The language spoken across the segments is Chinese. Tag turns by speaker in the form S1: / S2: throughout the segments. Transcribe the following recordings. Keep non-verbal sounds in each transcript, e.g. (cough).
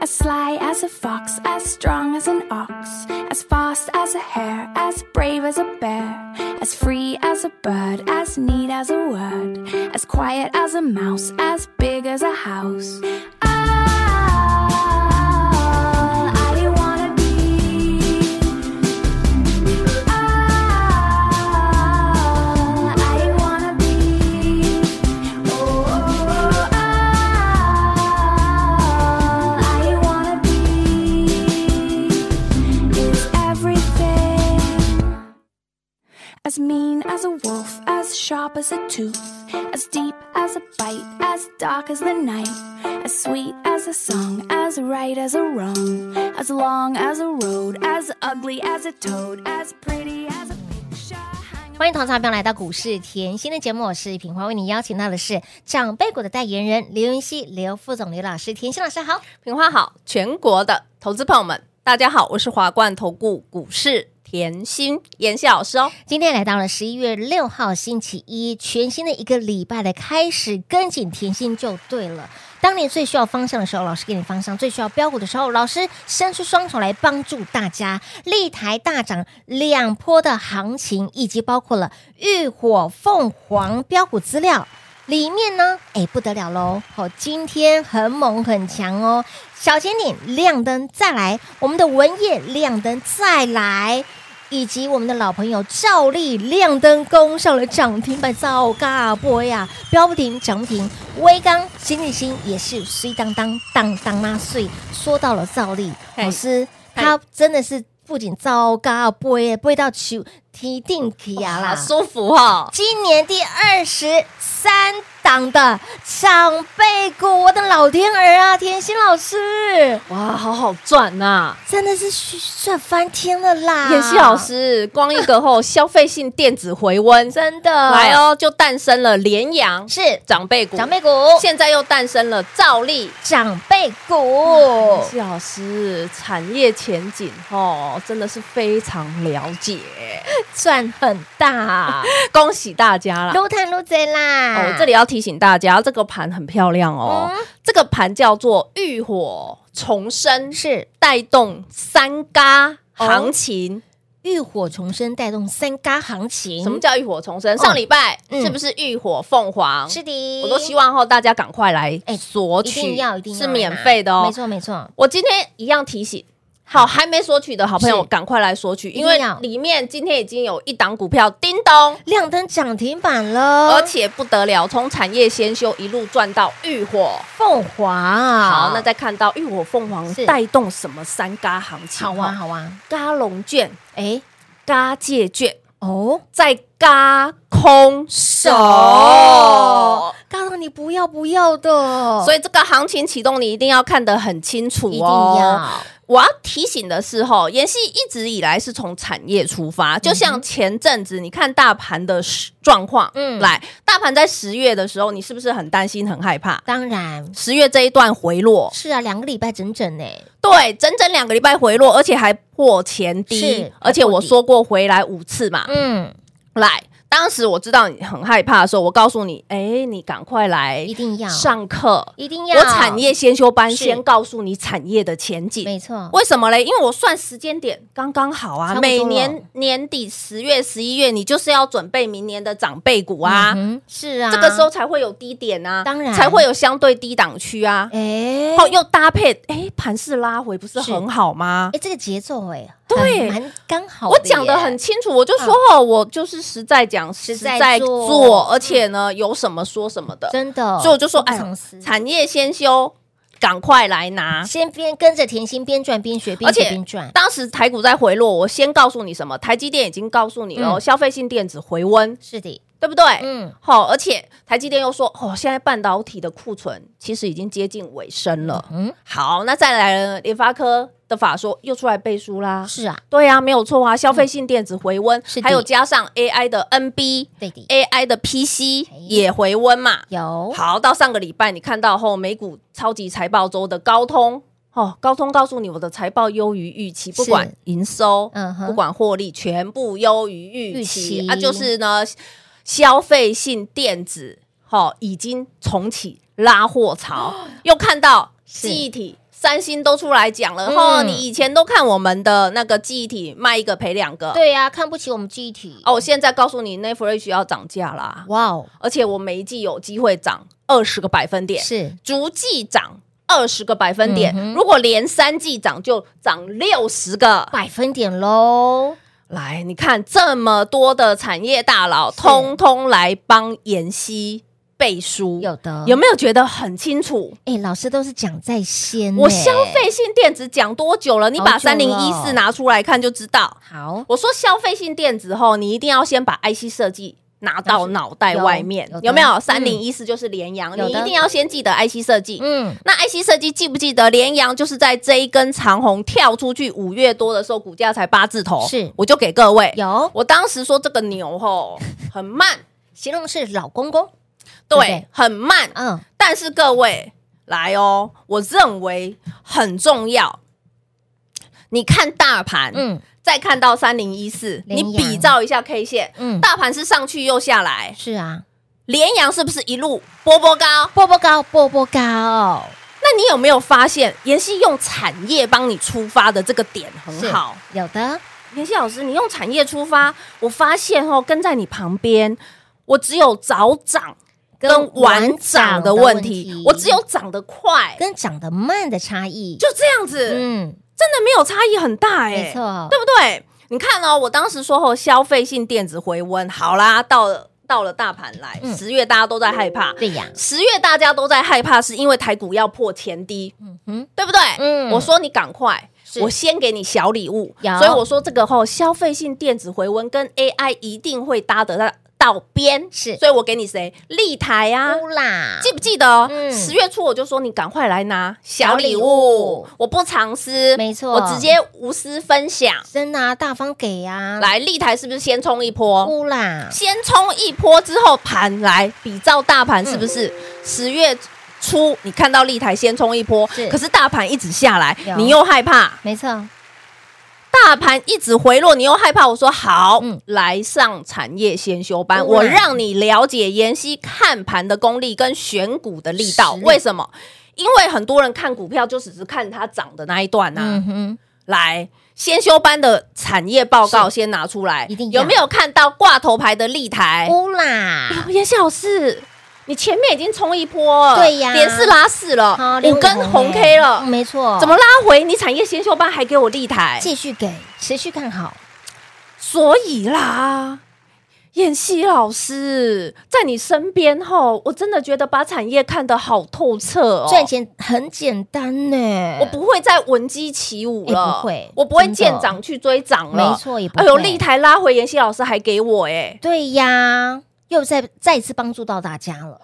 S1: As sly as a fox, as strong as an ox, as fast as a hare, as brave as a bear, as free as a bird, as neat as a word, as quiet as a mouse, as big as a house. Ah, All I wanna be. All Ah, I wanna be. Oh, all I wanna be is everything. As mean as a wolf, as sharp as a tooth, as deep as a bite, as dark as the night, as sweet as a song, as right as a wrong, as long as a road, as ugly as a toad, as pretty as a picture. hanging
S2: 欢迎同场朋友来到股市甜心的节目，我是品花，为你邀请到的是长辈股的代言人刘云熙、刘副总、刘老师，甜心老师好。
S3: 平花好，全国的投资朋友们，大家好，我是华冠投顾股市甜心妍希老师哦。
S2: 今天来到了十一月六号星期一，全新的一个礼拜的开始，跟紧甜心就对了。当你最需要方向的时候，老师给你方向；最需要标股的时候，老师伸出双手来帮助大家。立台大涨两波的行情，以及包括了浴火凤凰标股资料。里面呢，哎不得了喽！哦，今天很猛很强哦，小甜点亮灯再来，我们的文业亮灯再来，以及我们的老朋友赵丽亮灯攻上了涨停板，造嘎波呀，标不停涨不停，微刚新日新也是碎当当当当拉碎，说到了赵丽
S3: 嘿
S2: 老师，
S3: 嘿
S2: 他真的是不仅造嘎波耶，不会到球提定起哎呀啦，
S3: 好舒服哦，
S2: 今年第二十三档的长辈股，我的老天儿啊！甜心老师
S3: 哇，好好赚呐、
S2: 真的是赚翻天了啦！
S3: 妍希老师，光一个后消费性电子回温，
S2: 真的
S3: 来，哦，就诞生了联阳
S2: 是
S3: 长辈股，
S2: 长辈股，
S3: 现在又诞生了兆利。
S2: 长辈股
S3: 妍希老师，产业前景哦，真的是非常了解，
S2: 赚很
S3: (laughs)
S2: 大，
S3: 恭喜大家啦！
S2: 撸碳撸贼啦！
S3: 哦，这里要提醒大家，这个盘很漂亮哦，
S2: 嗯
S3: 这个盘叫做浴火重生，
S2: 是
S3: 带动三嘎
S2: 哦
S3: 行情。
S2: 浴火重生，带动三嘎行情。
S3: 什么叫浴火重生？上礼拜
S2: 哦嗯
S3: 是不是浴火凤凰？
S2: 是的，
S3: 我都希望后大家赶快来
S2: 哎
S3: 索
S2: 一
S3: 取，
S2: 定要一定要
S3: 是
S2: 拿
S3: 免费的
S2: 没
S3: 哦。
S2: 错没错，
S3: 我今天一样提醒。好，还没索取的好朋友，
S2: 是
S3: 赶快来索取，
S2: 定
S3: 因为
S2: 要
S3: 里面今天已经有一档股票叮咚，
S2: 亮灯涨停板了，
S3: 而且不得了，从产业先修一路赚到浴火
S2: 凤凰啊
S3: 好，那再看到浴火凤凰
S2: 是
S3: 带动什么三嘎行情？
S2: 好啊，，好啊，
S3: 嘎龙卷、
S2: 哎，
S3: 嘎借卷，
S2: 哦，
S3: 再嘎空手。
S2: 哦，告诉你不要不要的，
S3: 所
S2: 以
S3: 以这个行情启动，你一定要看得很清楚
S2: 一定
S3: 哦。
S2: 要
S3: 我要提醒的是，吼，妍希一直以来是从产业出
S2: 嗯
S3: 发，就像前阵子你看大盘的时状况，
S2: 嗯
S3: 嗯，来，大盘在十月的时候，你是不是很担心、很害怕？
S2: 当然
S3: 十月这一段回落，
S2: 是啊，两个礼拜整整呢，
S3: 对，整整两个礼拜回落，而且还破前
S2: 是
S3: 低，而且我说过回来五次嘛。
S2: 嗯，
S3: 来，当时我知道你很害怕的时候，我告诉你，哎，你赶快来
S2: 一定要
S3: 上课，
S2: 一定要
S3: 我产，业先修班
S2: 是
S3: 先告诉你产业的前景。
S2: 没错，
S3: 为什么嘞？因为我算时间点刚刚好
S2: 差
S3: 啊，
S2: 不多了
S3: 每年年底十月、十一月，你就是要准备明年的长辈股啊，
S2: 嗯哼，是啊，
S3: 这个时候才会有低点啊，
S2: 当然
S3: 才会有相对低档区啊，
S2: 哎
S3: 然后又搭配哎盘势拉回，不是
S2: 是
S3: 很好吗？
S2: 哎，这个节奏哎，
S3: 对
S2: 很蛮刚好，嗯
S3: 我讲的很。清楚，我就说哦，我就是实在讲，实
S2: 在
S3: 在
S2: 做嗯
S3: 做，而且呢，有什么说什么的，
S2: 真的，
S3: 所以我就说，
S2: 不
S3: 哎
S2: 藏
S3: 呦
S2: 私，
S3: 产业先修，赶快来拿。
S2: 先边跟着甜心边转边学，边
S3: 而
S2: 学
S3: 且
S2: 边转，
S3: 当时台股在回落，我先告诉你什么，台积电已经告诉你了，
S2: 嗯
S3: 消费性电子回温，
S2: 是的，
S3: 对不对？
S2: 嗯，
S3: 好，而且台积电又说，哦，现在半导体的库存其实已经接近尾声了。
S2: 嗯
S3: 嗯，好，那再来了，联发科的法说又出来背书啦。
S2: 是啊，
S3: 对啊，没有错啊，消费性电子回温，
S2: 是的
S3: 还有加上 AI 的 NB、
S2: 对的，
S3: AI 的 PC
S2: 哎
S3: 也回温嘛。
S2: 有
S3: 哎好，到上个礼拜你看到后，美股超级财报周的高通。哦，高通告诉你，我的财报优于预期，不
S2: 是
S3: 管营收，
S2: 嗯哼
S3: 不管获利，全部优于预
S2: 预
S3: 期
S2: 期
S3: 啊！就是呢，消费性电子，哦，已经重启拉货
S2: (gasps)
S3: 潮，又看到
S2: 是
S3: 记忆体。三星都出来讲了，哦，
S2: 嗯
S3: 你以前都看我们的那个记忆体卖一个赔两个，
S2: 对呀，看不起我们记忆体
S3: 哦，我现在告诉你 n e t f r i s 要涨价啦，
S2: 哇哦，
S3: 而且我每一季有机会涨二十个百分点，
S2: 是
S3: 逐季涨二十个百分点。
S2: 嗯哼
S3: 如果连三季涨，就涨六十个。
S2: 百分点喽，
S3: 来，你看这么多的产业大佬，通通来帮妍希背书，
S2: 有的
S3: 有没有觉得很清楚？
S2: 哎，老师都是讲在先呢，
S3: 我消费性电子讲多久了？你把
S2: 好久
S3: 三
S2: 了
S3: 零一四拿出来看就知道。
S2: 好
S3: 我说消费性电子后，你一定要先把 IC 设计拿到脑袋外面
S2: 有有，的嗯
S3: 有没有？三零一四就是联阳，
S2: 有
S3: 你
S2: 的
S3: 一定要先记得 IC 设计。
S2: 嗯，
S3: 那 IC 设计记不记得联阳就是在这一根长红跳出去五月多的时候，股价才八字头，
S2: 是
S3: 我就给各位，
S2: 有
S3: 我当时说这个牛吼很慢，
S2: 形容是老公公，对不对
S3: 对，很慢，
S2: 嗯，
S3: 但是各位来哦，我认为很重要。你看大盘，
S2: 嗯，
S3: 再看到三零一四，
S2: 联
S3: 你
S2: 阳
S3: 比照一下 K 线，
S2: 嗯
S3: 大盘是上去又下来，
S2: 是啊，
S3: 联阳是不是一路波波高？
S2: 波波高，波波高，
S3: 那你有没有发现，妍希用产业帮你出发的这个点很好？
S2: 是，有的，
S3: 妍希老师，你用产业出发，我发现哦，跟在你旁边，我只有早涨跟晚涨的问题，我只有涨得快，
S2: 跟长得慢的差异，
S3: 就这样子，
S2: 嗯，
S3: 真的没有差异很大哎、
S2: 没错，
S3: 对不对？你看哦，我当时说哦，消费性电子回温，好啦，到了到了大盘来，
S2: 嗯
S3: 十、月大家都在害怕，
S2: 对呀，
S3: 十月大家都在害怕，是因为台股要破前低，嗯
S2: 哼
S3: 哼，对不对？
S2: 嗯
S3: 我说你赶快
S2: 是。
S3: 我先给你小礼物，
S2: 有
S3: 所以我说这个后消费性电子回温跟 AI 一定会搭得到到边，
S2: 是
S3: 所以我给你谁立台啊，
S2: 乌啦，
S3: 记不记得？哦
S2: 嗯
S3: 十、月初我就说你赶快来拿小礼
S2: 小礼物
S3: 物，我不藏私，
S2: 没错
S3: 我直接无私分享。
S2: 真的啊，大方给呀，
S3: 来，立台是不是先冲一波？
S2: 乌啦，
S3: 先冲一波之后盘来比照大盘是不
S2: 嗯
S3: 是？十、月初你看到立台先冲一波
S2: 是，
S3: 可是大盘一直下来
S2: 有，
S3: 你又害怕；
S2: 没错，
S3: 大盘一直回落，你又害怕。我说好，
S2: 嗯哦
S3: 来上产业先修班，
S2: 不然
S3: 我让你了解妍希看盘的功力跟选股的力道
S2: 实。力
S3: 为什么？因为很多人看股票就只是看它涨的那一段啊呐、
S2: 嗯哼，
S3: 来，先修班的产业报告先拿出来，
S2: 一定要哦
S3: 有没有看到挂头牌的立台？哦
S2: 乌啦，
S3: 妍希老师，你前面已经冲一波了，
S2: 对呀
S3: 连四拉四了
S2: 好，连
S3: 五根红
S2: 欸
S3: K 了
S2: 嗯，没错，
S3: 怎么拉回？你产业先修班还给我立台，
S2: 继续给，持续看好，
S3: 所以啦。妍希老师在你身边后，我真的觉得把产业看得好透彻哦。
S2: 赚钱很简单呢，
S3: 我不会再闻鸡起舞了，
S2: 哎不会
S3: 我不会
S2: 真的
S3: 见涨去追涨了，
S2: 没错也不
S3: 哎呦，
S2: 会
S3: 立台拉回，妍希老师还给我哎、
S2: 对呀，又再再一次帮助到大家了，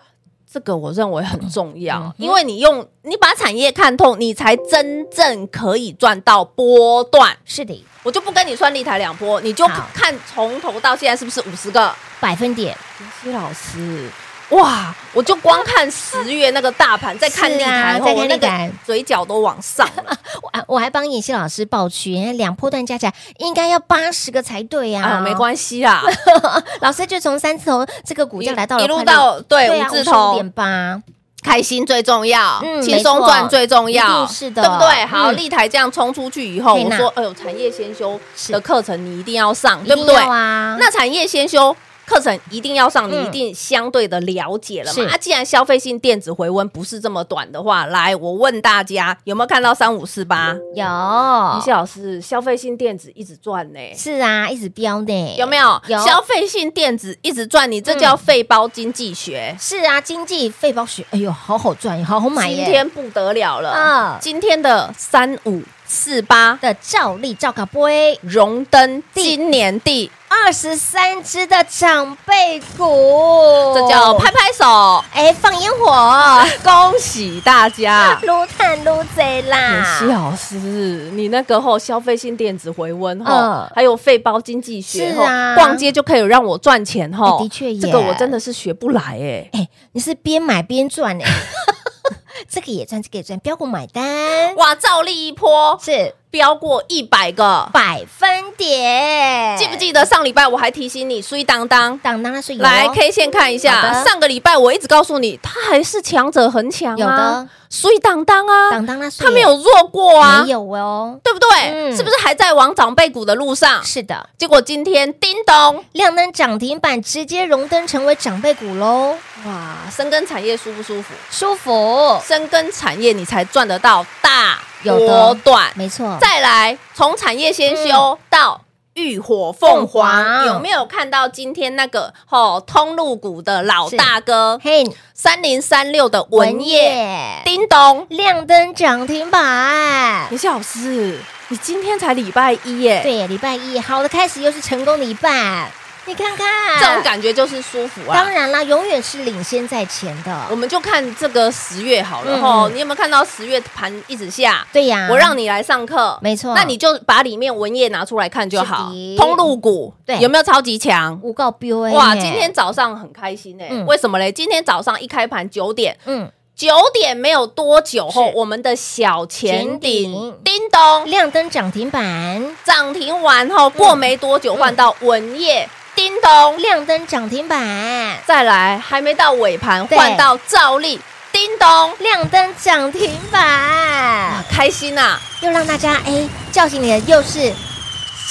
S3: 这个我认为很重
S2: 嗯
S3: 要
S2: 哼，
S3: 因为你用你把产业看透，你才真正可以赚到波段。
S2: 是的，
S3: 我就不跟你算立台两波，你就
S2: 好
S3: 看从头到现在是不是五十个？
S2: 百分点，
S3: 妍希老师，哇！我就光看十月那个大盘，再看立
S2: 是
S3: 台
S2: 啊
S3: 后，我
S2: 再看立
S3: 那
S2: 台
S3: 个嘴角都往上
S2: (laughs)
S3: 了
S2: 我我还帮妍希老师报区，人家两波段加起来应该要八十个才对呀、
S3: 啊，没关系
S2: (laughs)
S3: 啦，
S2: 系，老师就从三字头这个股价来到了
S3: 一路
S2: 快乐
S3: 到对
S2: 对
S3: 五
S2: 啊
S3: 字头
S2: 点，八，
S3: 开心最重要
S2: 嗯，
S3: 轻松赚最重
S2: 没
S3: 要，
S2: 错一定是的
S3: 对不对？好，
S2: 嗯
S3: 立台这样冲出去以后，
S2: 嘿
S3: 我
S2: 呐
S3: 说，哎呦，产业先修
S2: 是
S3: 的课程你一定要上，
S2: 一
S3: 对不
S2: 定
S3: 对？
S2: 要啊，
S3: 那产业先修课程一定要上，你
S2: 嗯
S3: 一定相对的了解了
S2: 是
S3: 嘛？啊，既然消费性电子回温不是这么短的话，来，我问大家有没有看到三五四八？李
S2: 有
S3: 谢老师，消费性电子一直赚呢。
S2: 是啊，一直飙呢，
S3: 有没有？
S2: 有嗯
S3: 消费性电子一直赚，你这叫肺包经济学。
S2: 是啊，经济肺包血，哎呦，好好赚，好好买
S3: 今
S2: 耶，
S3: 天不得了了，
S2: 嗯
S3: 今天的三五四八
S2: 的照例照卡杯，
S3: 荣登今年第，
S2: 二十三只的长辈股，
S3: 这叫拍拍手， (laughs)
S2: 哎放烟火，！
S3: 恭喜大家
S2: 撸碳撸贼
S3: 妍
S2: 啦！
S3: 希老师，你那个吼消费性电子回温吼，
S2: 嗯
S3: 还有肺包经济学
S2: 是
S3: 吼，
S2: 啊
S3: 逛街就可以让我赚钱吼、
S2: 哎的确耶
S3: 这个我真的是学不来哎、
S2: 哎、你是边买边赚
S3: (laughs)
S2: 哎、这个也赚，这个也赚，标股买单
S3: 哇，照例一波
S2: 是
S3: 飙过一百个，
S2: 百分点，
S3: 记不？记得上礼拜我还提醒你，所以当当。
S2: 当当然是有哦
S3: 来 K 线看一
S2: 好
S3: 下，
S2: 的
S3: 上个礼拜我一直告诉你，它还是强者恒强
S2: 有
S3: 啊
S2: 的，
S3: 所以当当啊，
S2: 当当那是
S3: 它没有弱过啊
S2: 没，有哦，
S3: 对不对？
S2: 嗯
S3: 是不是还在往长辈股的路上？
S2: 是的，
S3: 结果今天叮咚，
S2: 亮灯涨停板直接荣登成为长辈股喽，
S3: 哇，深耕产业舒不舒服？
S2: 舒服，
S3: 深耕产业你才赚得到大
S2: 有
S3: 波
S2: 的
S3: 段。
S2: 没错，嗯
S3: 再来，从产业先修到。浴火凤
S2: 凤
S3: 凰
S2: 凰
S3: 有没有看到今天那个吼、通路股的老大哥
S2: 嘿
S3: 三零三六的文业
S2: 业
S3: 叮咚？
S2: 亮灯涨停板。
S3: 林老师，你今天才礼拜一耶，
S2: 对耶，礼拜一好的开始又是成功的一半，你看看
S3: 这种感觉就是舒服啊。
S2: 当然啦，永远是领先在前
S3: 我
S2: 的。
S3: 们就看这个十月好了
S2: 嗯
S3: 吼、你有没有看到十月盘一直下？
S2: 对呀，
S3: 我让你来上课，
S2: 没错
S3: 那你就把里面文业拿出来看就好
S2: 是。的
S3: 通路股
S2: 对
S3: 有没有超级强？
S2: 五告标哎，
S3: 哇，今天早上很开心哎、
S2: 嗯
S3: 为什么嘞？今天早上一开盘九点，
S2: 嗯，
S3: 九点没有多久后，
S2: 是
S3: 我们的小前
S2: 前
S3: 顶
S2: 顶
S3: 叮咚
S2: 亮灯涨停板，
S3: 涨停完后，过没多
S2: 嗯
S3: 久换到文业、叮咚，
S2: 亮灯涨停板，
S3: 再来还没到尾盘
S2: 对
S3: 换到照例叮咚，
S2: 亮灯涨停板，
S3: 开心呐、啊！
S2: 又让大家哎叫醒你的又是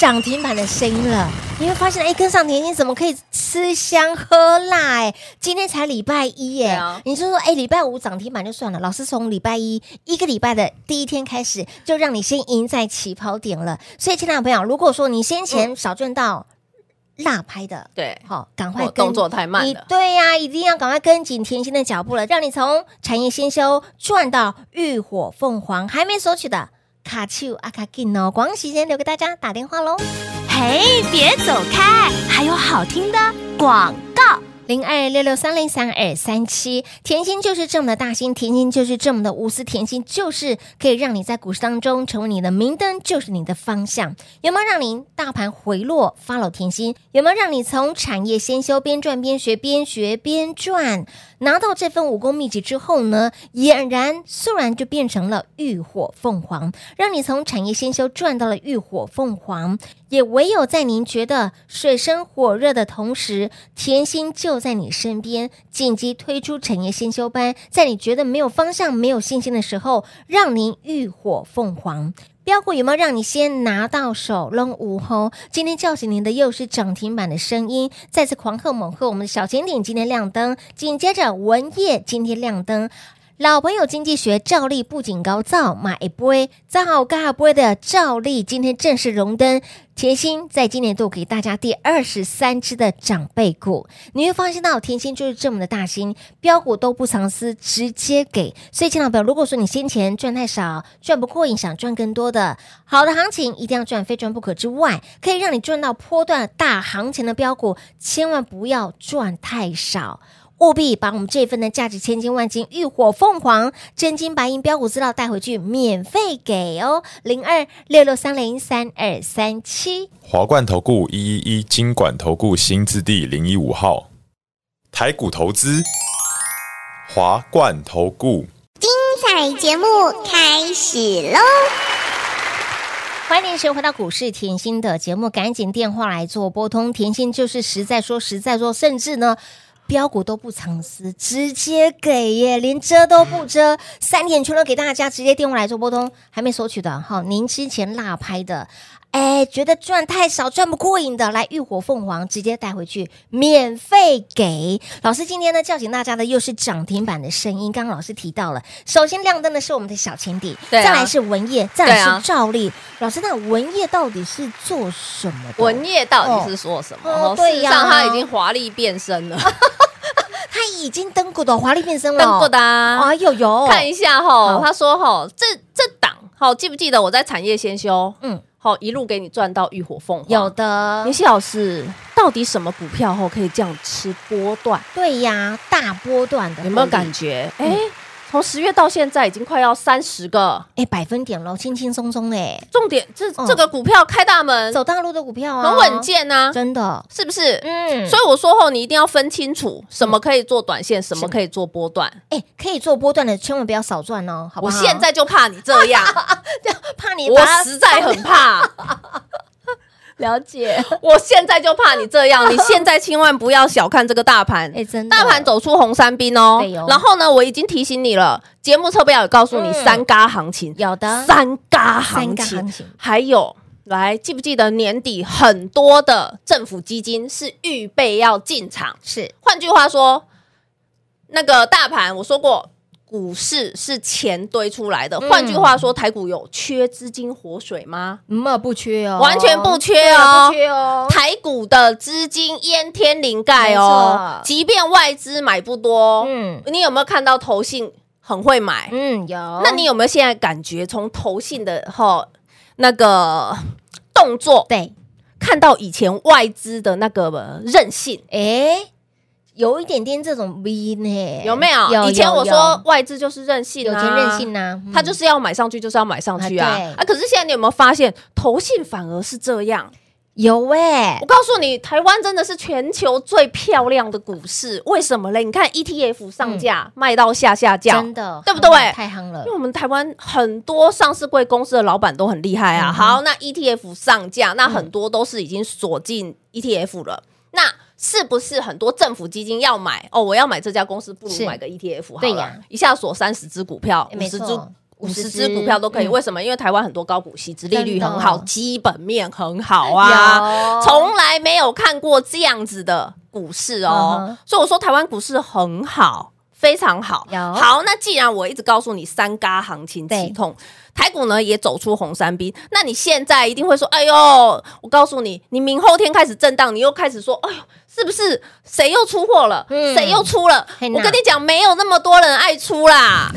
S2: 涨停板的声音了。你会发现，哎，跟上甜心怎么可以吃香喝辣？哎，今天才礼拜一耶，
S3: 对啊
S2: 你就说，哎，礼拜五涨停板就算了，老师从礼拜一一个礼拜的第一天开始，就让你先赢在起跑点了。所以，亲爱的朋友，如果说你先
S3: 嗯
S2: 前少赚到辣拍的，
S3: 对，
S2: 好、赶快
S3: 我
S2: 跟
S3: 动作太慢
S2: 你
S3: 了。
S2: 对呀、一定要赶快跟紧甜心的脚步了，让你从产业先修赚到浴火凤凰。还没索取的卡丘阿卡金哦，广喜先留给大家打电话喽。
S4: 嘿，别走开，还有好听的广告。
S2: 零二六六三零三二三七，甜心就是这么的大心，甜心就是这么的无私，甜心就是可以让你在股市当中成为你的明灯，就是你的方向。有没有让您大盘回落，follow 甜心？有没有让你从产业先修，边赚边学，边学边赚？拿到这份武功秘籍之后呢，俨然肃然就变成了浴火凤凰，让你从产业先修赚到了浴火凤凰。也唯有在您觉得水深火热的同时，甜心就在你身边，紧急推出产业先修班，在你觉得没有方向、没有信心的时候，让您浴火凤凰。标股有没有让你先拿到手扔五吼？今天叫醒您的又是涨停板的声音，再次狂贺猛贺我们的小前顶今天亮灯，紧接着文业今天亮灯。老朋友经济学照例不仅高造买不会，造好嘎不会的照例今天正式荣登甜心，在今年度给大家第二十三只的长辈股，你会发现到甜心就是这么的大心，标股都不藏私，直接给。所以，亲爱的朋友，如果说你先前赚太少，赚不过瘾，想赚更多的，好的行情一定要赚，非赚不可之外，可以让你赚到波段大行情的标股，千万不要赚太少。务必把我们这份的价值千金万金、浴火凤凰、真金白银标股资料带回去，免费给哦，零二六六三零三二三七。
S5: 华冠投顾一一一金管投顾新字第零一五号，台股投资，华冠投顾。
S6: 彩节目开始喽！
S2: 欢迎您回到股市甜心的节目，赶紧电话来做拨通。甜心就是实在说，实在说，甚至呢。标股都不藏私，直接给耶，连遮都不遮，三点全都给大家，直接电话来做拨通。还没索取的哈，您之前落拍的，哎，觉得赚太少，赚不过瘾的，来浴火凤凰直接带回去，免费给。老师今天呢，叫醒大家的又是涨停板的声音，刚刚老师提到了，首先亮灯的是我们的小前底，
S3: 对啊
S2: 再来是文业，再
S3: 对
S2: 来
S3: 啊
S2: 是照例，老师，那文业到底是做什么的？
S3: 文业到底是说什么？
S2: 哦
S3: 哦
S2: 哦对
S3: 事实上，
S2: 呀
S3: 它已经华丽变身了，
S2: 他已经登过的华丽变身了，
S3: 登过的啊。
S2: 哎呦呦，
S3: 看一下哈，
S2: 哦好
S3: 他说哈，这这档好，记不记得我在产业先修？
S2: 嗯
S3: 嗯，好，一路给你赚到浴火凤凰。
S2: 有的
S3: 林，夕老师，到底什么股票后可以这样吃波段？
S2: 对呀，大波段的
S3: 有没有
S2: 获利
S3: 感？觉？
S2: 嗯
S3: 哎、从十月到现在已经快要三十个，
S2: 哎，百分点喽，轻轻松松哎，
S3: 重点这、
S2: 嗯
S3: 这个股票开大门，
S2: 走大路的股票啊，
S3: 很稳，健呐、
S2: 真的，
S3: 是不是？
S2: 嗯，
S3: 所以我说后，你一定要分清楚什么可以做短线，什么可以做波段。
S2: 哎，可以做波段的，千万不要少赚哦，好不
S3: 我
S2: 好？
S3: 现在就怕你这样，
S2: 怕 (laughs) 你把
S3: 我
S2: 它
S3: 实在很怕。
S2: 了解，
S3: 我现在就怕你这样，你现在千万不要小看这个大盘。
S2: 哎，真的，
S3: (laughs) 大盘走出红三兵哦
S2: 对哦，
S3: 然后呢，我已经提醒你了，节目侧标有告诉你
S2: 嗯
S3: 三嘎行情，
S2: 有的
S3: 三嘎
S2: 三
S3: 行
S2: 个行
S3: 情，
S2: 情，
S3: 还有来记不记得年底很多的政府基金是预备要进场？
S2: 是
S3: 换句话说，那个大盘我说过，股市是钱堆出来的。
S2: 嗯
S3: 换句话说，台股有缺资金活水吗？
S2: 那不缺哦，
S3: 完全不缺
S2: 对啊
S3: 哦
S2: 不。缺哦，
S3: 台股的资金淹天灵盖
S2: 没
S3: 哦
S2: 错，
S3: 即便外资买不多，
S2: 嗯
S3: 你有没有看到投信很会买？
S2: 嗯，有，
S3: 那你有没有现在感觉从投信的哈那个动作，
S2: 对，
S3: 看到以前外资的那个呃韧性？
S2: 哎，有一点点这种 V 呢，
S3: 有没有？以前我说外资就是任性、啊，
S2: 有钱任性呐，嗯
S3: 他就是要买上去，就是要买上去啊
S2: 啊对
S3: 啊！可是现在你有没有发现，投信反而是这样？
S2: 有哎
S3: 我，告诉你，台湾真的是全球最漂亮的股市，为什么嘞？你看 ETF 上
S2: 嗯
S3: 架、卖到下下架，
S2: 真的，
S3: 对不对
S2: 夯了太夯了
S3: 因为，我们台湾很多上市贵公司的老板都很厉害
S2: 嗯
S3: 啊。好，那 ETF 上架，那很多都是已经锁进 ETF 了。那是不是很多政府基金要买？哦，我要买这家公司，不
S2: 是
S3: 如买个 ETF 好了。
S2: 对呀
S3: 一下锁三十只股票，
S2: 哎
S3: 五
S2: 没
S3: 十
S2: 错
S3: 只。五
S2: 50
S3: 十只股票都可以，
S2: 嗯
S3: 为什么？因为台湾很多高股息，殖利率
S2: 真的
S3: 很好，基本面很好啊
S2: 有，
S3: 从来没有看过这样子的股市哦。
S2: 嗯哼
S3: 所以我说台湾股市很好，非常好。
S2: 有
S3: 好，那既然我一直告诉你三嘎行情
S2: 对
S3: 启动，台股呢也走出红三兵，那你现在一定会说，哎呦，我告诉你，你明后天开始震荡，你又开始说，哎呦，是不是谁又出货了？
S2: 嗯
S3: 谁又出了？
S2: 嘿呐
S3: 我跟你讲，没有那么多人爱出啦，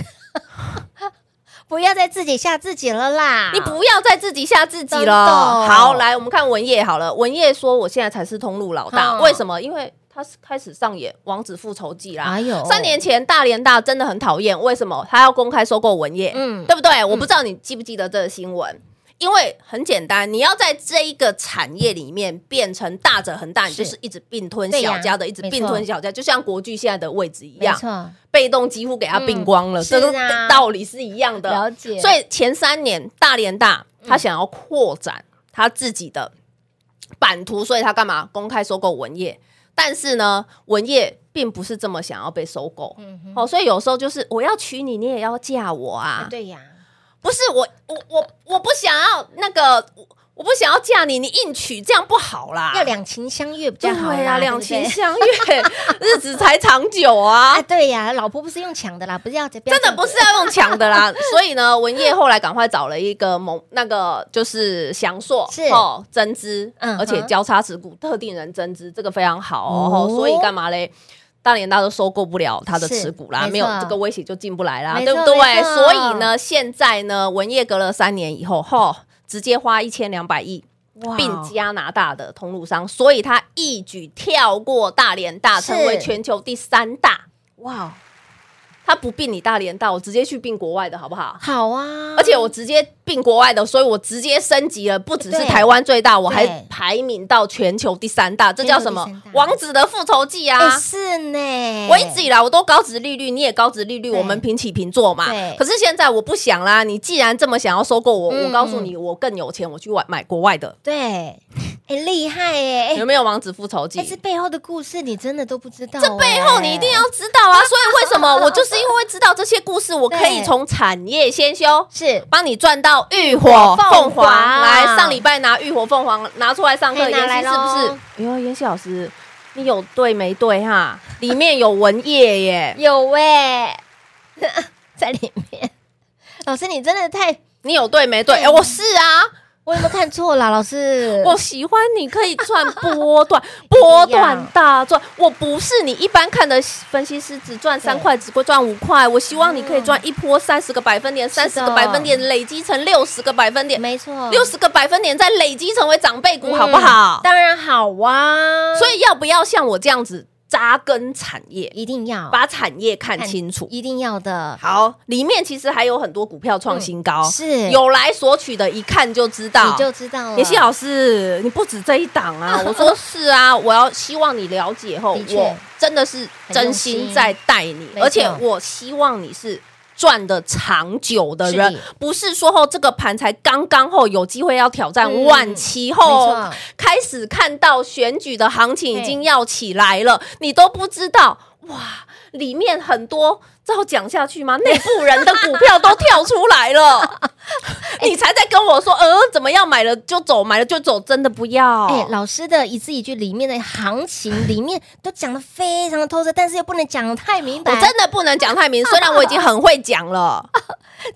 S2: 不要再自己吓自己了啦，
S3: 你不要再自己吓自己
S2: 真的
S3: 了。好，来我们看文业好了，文业说我现在才是通路老大，
S2: 好
S3: 为什么？因为他是开始上演《王子复仇记》啦。
S2: 哎呦
S3: 三年前大连大真的很讨厌，为什么他要公开收购文业？
S2: 嗯
S3: 嗯，对不对？我不知道你记不记得这个新闻。因为很简单，你要在这一个产业里面变成大者恒大，你
S2: 是
S3: 就是一直并吞
S2: 对呀
S3: 小家的，一直
S2: 没错
S3: 并吞小家，就像国巨现在的位置一
S2: 没
S3: 样，
S2: 错，
S3: 被动几乎给它并光了，
S2: 嗯
S3: 这个
S2: 是啊
S3: 道理是一样的。
S2: 了解
S3: 所以前三年大连大
S2: 嗯
S3: 他想要扩展他自己的版图，所以他干嘛公开收购文业？但是呢，文业并不是这么想要被收购。
S2: 嗯
S3: 哦，所以有时候就是我要娶你，你也要嫁我啊。
S2: 哎对呀，
S3: 不是我，我我我不想要那个，我我不想要嫁你，你硬娶这样不好啦。
S2: 要两情相悦比较
S3: 对
S2: 好
S3: 呀、
S2: 啦，
S3: 两情
S2: 对不对
S3: 相悦， (laughs) 日子才长久啊。
S2: 啊，对呀，老婆不是用抢的啦，不是要真
S3: 真的不是啊要用抢的啦。所以呢，文业后来赶快找了一个蒙那个就是祥硕
S2: 是
S3: 哦增资，
S2: 嗯哼
S3: 而且交叉持股特定人增资，这个非常好哦。
S2: 哦
S3: 哦所以干嘛嘞？大连大都收购不了他的持股啦，
S2: 是
S3: 没有
S2: 没错
S3: 这个威胁就进不来啦，
S2: 没
S3: 对
S2: 错
S3: 不对
S2: 没？错
S3: 所以呢，现在呢，文业隔了三年以后，吼、直接花一千两百亿
S2: 哇
S3: 并加拿大的通路商，所以他一举跳过大连大，
S2: 是
S3: 成为全球第三大。
S2: 哇，
S3: 他不并你大连大，我直接去并国外的好不好？
S2: 好啊，
S3: 而且我直接并国外的，所以我直接升级了，不只是
S2: 对
S3: 台湾最大，我还
S2: 对
S3: 排名到全球第三大，这叫什么
S2: 全球第三？大
S3: 王子的复仇记啊！
S2: 哎是呢，
S3: 我一直以来我都高值利率，你也高值利率，
S2: 对
S3: 我们平起平坐嘛
S2: 对。
S3: 可是现在我不想啦，你既然这么想要收购我，
S2: 嗯
S3: 我告诉你，我更有钱，我去买买国外的，
S2: 对，哎厉害哎，哎
S3: 有没有王子复仇记
S2: 哎，？这背后的故事你真的都不知道哎，
S3: 这背后你一定要知道啊！所以为什么我就是因为知道这些故事，我可
S2: 哎
S3: 以
S2: 对
S3: 从产业先修，
S2: 是
S3: 帮你赚到浴火
S2: 凤
S3: 凤凰。
S2: 凰
S3: 来，上礼拜拿浴火凤凰拿出来上课，
S2: 嘿拿
S3: 妍
S2: 来
S3: 希是不是
S2: 咯？
S3: 哎呦，妍希老师，你有对没对哈？里面有文业耶，
S2: 有 (laughs) 哎、在里面。老师，你真的太
S3: 哦你有对没对？哎，我是啊。
S2: 我有没有看错啦，老师？
S3: 我喜欢你可以赚波
S2: (laughs)
S3: 段，波段大赚。我不是你一般看的分析师，只赚三块，只会赚五块。我希望你可以赚一波三十个百分点，三十个百分点累积成六十个百分点，
S2: 没错，
S3: 六十个百分点再累积成为长辈股，
S2: 嗯
S3: 好不好？
S2: 当然好啊，
S3: 所以要不要像我这样子扎根产业，
S2: 一定要
S3: 把产业看
S2: 看
S3: 清楚？
S2: 一定要的，
S3: 好，里面其实还有很多股票创新高，
S2: 嗯是
S3: 有来索取的，一看就知道，
S2: 你就知道了。
S3: 妍希老师，你不止这一档啊！我说是啊，我要希望你了解后
S2: 的，确
S3: 我真的是真心在带你，
S2: 没错
S3: 而且我希望你是。赚的长久的人，
S2: 是
S3: 不是说后这个盘才刚刚后有机会要挑战
S2: 嗯
S3: 万七
S2: 没
S3: 后，
S2: 错
S3: 开始看到选举的行情
S2: 嘿
S3: 已经要起来了，你都不知道哇，里面很多。这要讲下去吗？ (laughs) 内部人的股票都跳出
S2: (laughs)
S3: 来了，
S2: 哎
S3: 你才在跟我说，呃，怎么样买了就走，买了就走，真的不要。
S2: 哎、老师的一字一句里面的行情里面都讲的非常的透彻，但是又不能讲的太明白。
S3: 我真的不能
S2: (laughs)
S3: 讲太明，虽然我已经很会讲了，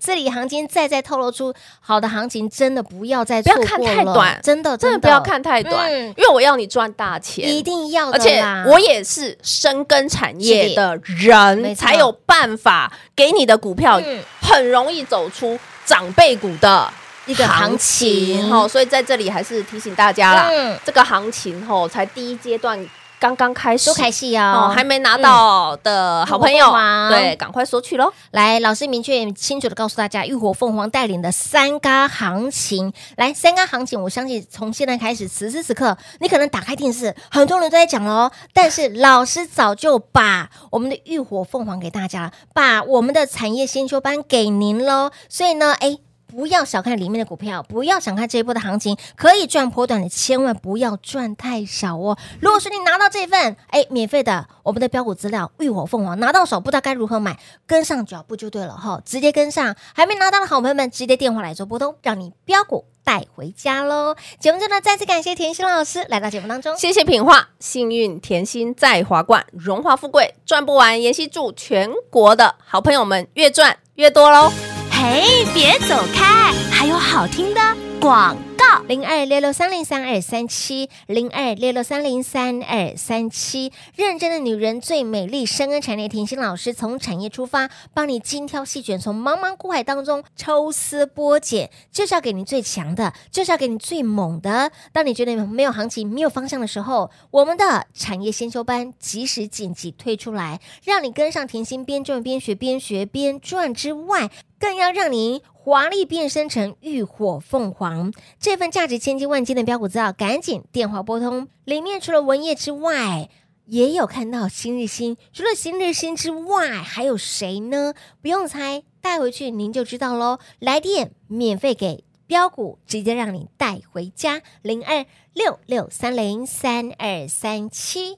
S2: 这里行情再再透露出好的行情，真的不要再错过了
S3: 不要看太短
S2: (laughs) 真的
S3: 真的不要，看太短，
S2: 嗯
S3: 因为我要你赚大
S2: 一
S3: 钱。
S2: 定要的
S3: 而且
S2: 啦，
S3: 我也是深耕产业的人，
S2: 没错
S3: 才有办法给你的股票
S2: 嗯
S3: 很容易走出长辈股的
S2: 一个行情
S3: 哦，所以在这里还是提醒大家啦，
S2: 嗯
S3: 这个行情吼才第一阶段刚刚开始，
S2: 都开戏
S3: 哦，
S2: 哦，
S3: 还没拿到的呃好啊朋
S2: 如
S3: 友
S2: 果不，忙
S3: 对，赶快索取喽。
S2: 来，老师明确清楚的告诉大家，浴火凤凰带领的三嘎行情，来三嘎行情，我相信从现在开始，此时此刻，你可能打开电视，很多人都在讲了哦，但是老师早就把我们的浴火凤凰给大家了，把我们的产业先修班给您喽，所以呢，哎。不要小看里面的股票，不要小看这一波的行情，可以赚波段的，千万不要赚太少哦。如果是你拿到这份哎免费的我们的标股资料《浴火凤凰》，拿到手不知道该如何买，跟上脚步就对了哈，直接跟上。还没拿到的好朋友们，直接电话来做拨通，让你标股带回家喽。节目中呢，再次感谢田心老师来到节目当中。
S3: 谢谢品画，幸运甜心在华冠，荣华富贵赚不完。妍希祝全国的好朋友们越赚越多喽！
S4: 嘿，别走开，还有好听的广告。
S2: 零二六六三零三二三七，零二六六三零三二三七。认真的女人最美丽，深耕产业，甜心老师从产业出发，帮你精挑细选，从茫茫股海当中抽丝剥茧，就是要给你最强的，就是要给你最猛的。当你觉得没有行情、没有方向的时候，我们的产业先修班及时紧急推出来，让你跟上甜心，边赚边学，边学边赚之外，更要让您华丽变身成浴火凤凰。这份价值千金万金的标股资料，赶紧电话拨通。里面除了文业之外，也有看到新日新。除了新日新之外，还有谁呢？不用猜，带回去您就知道喽。来电免费给标股，直接让你带回家。零二六六三零三二三七。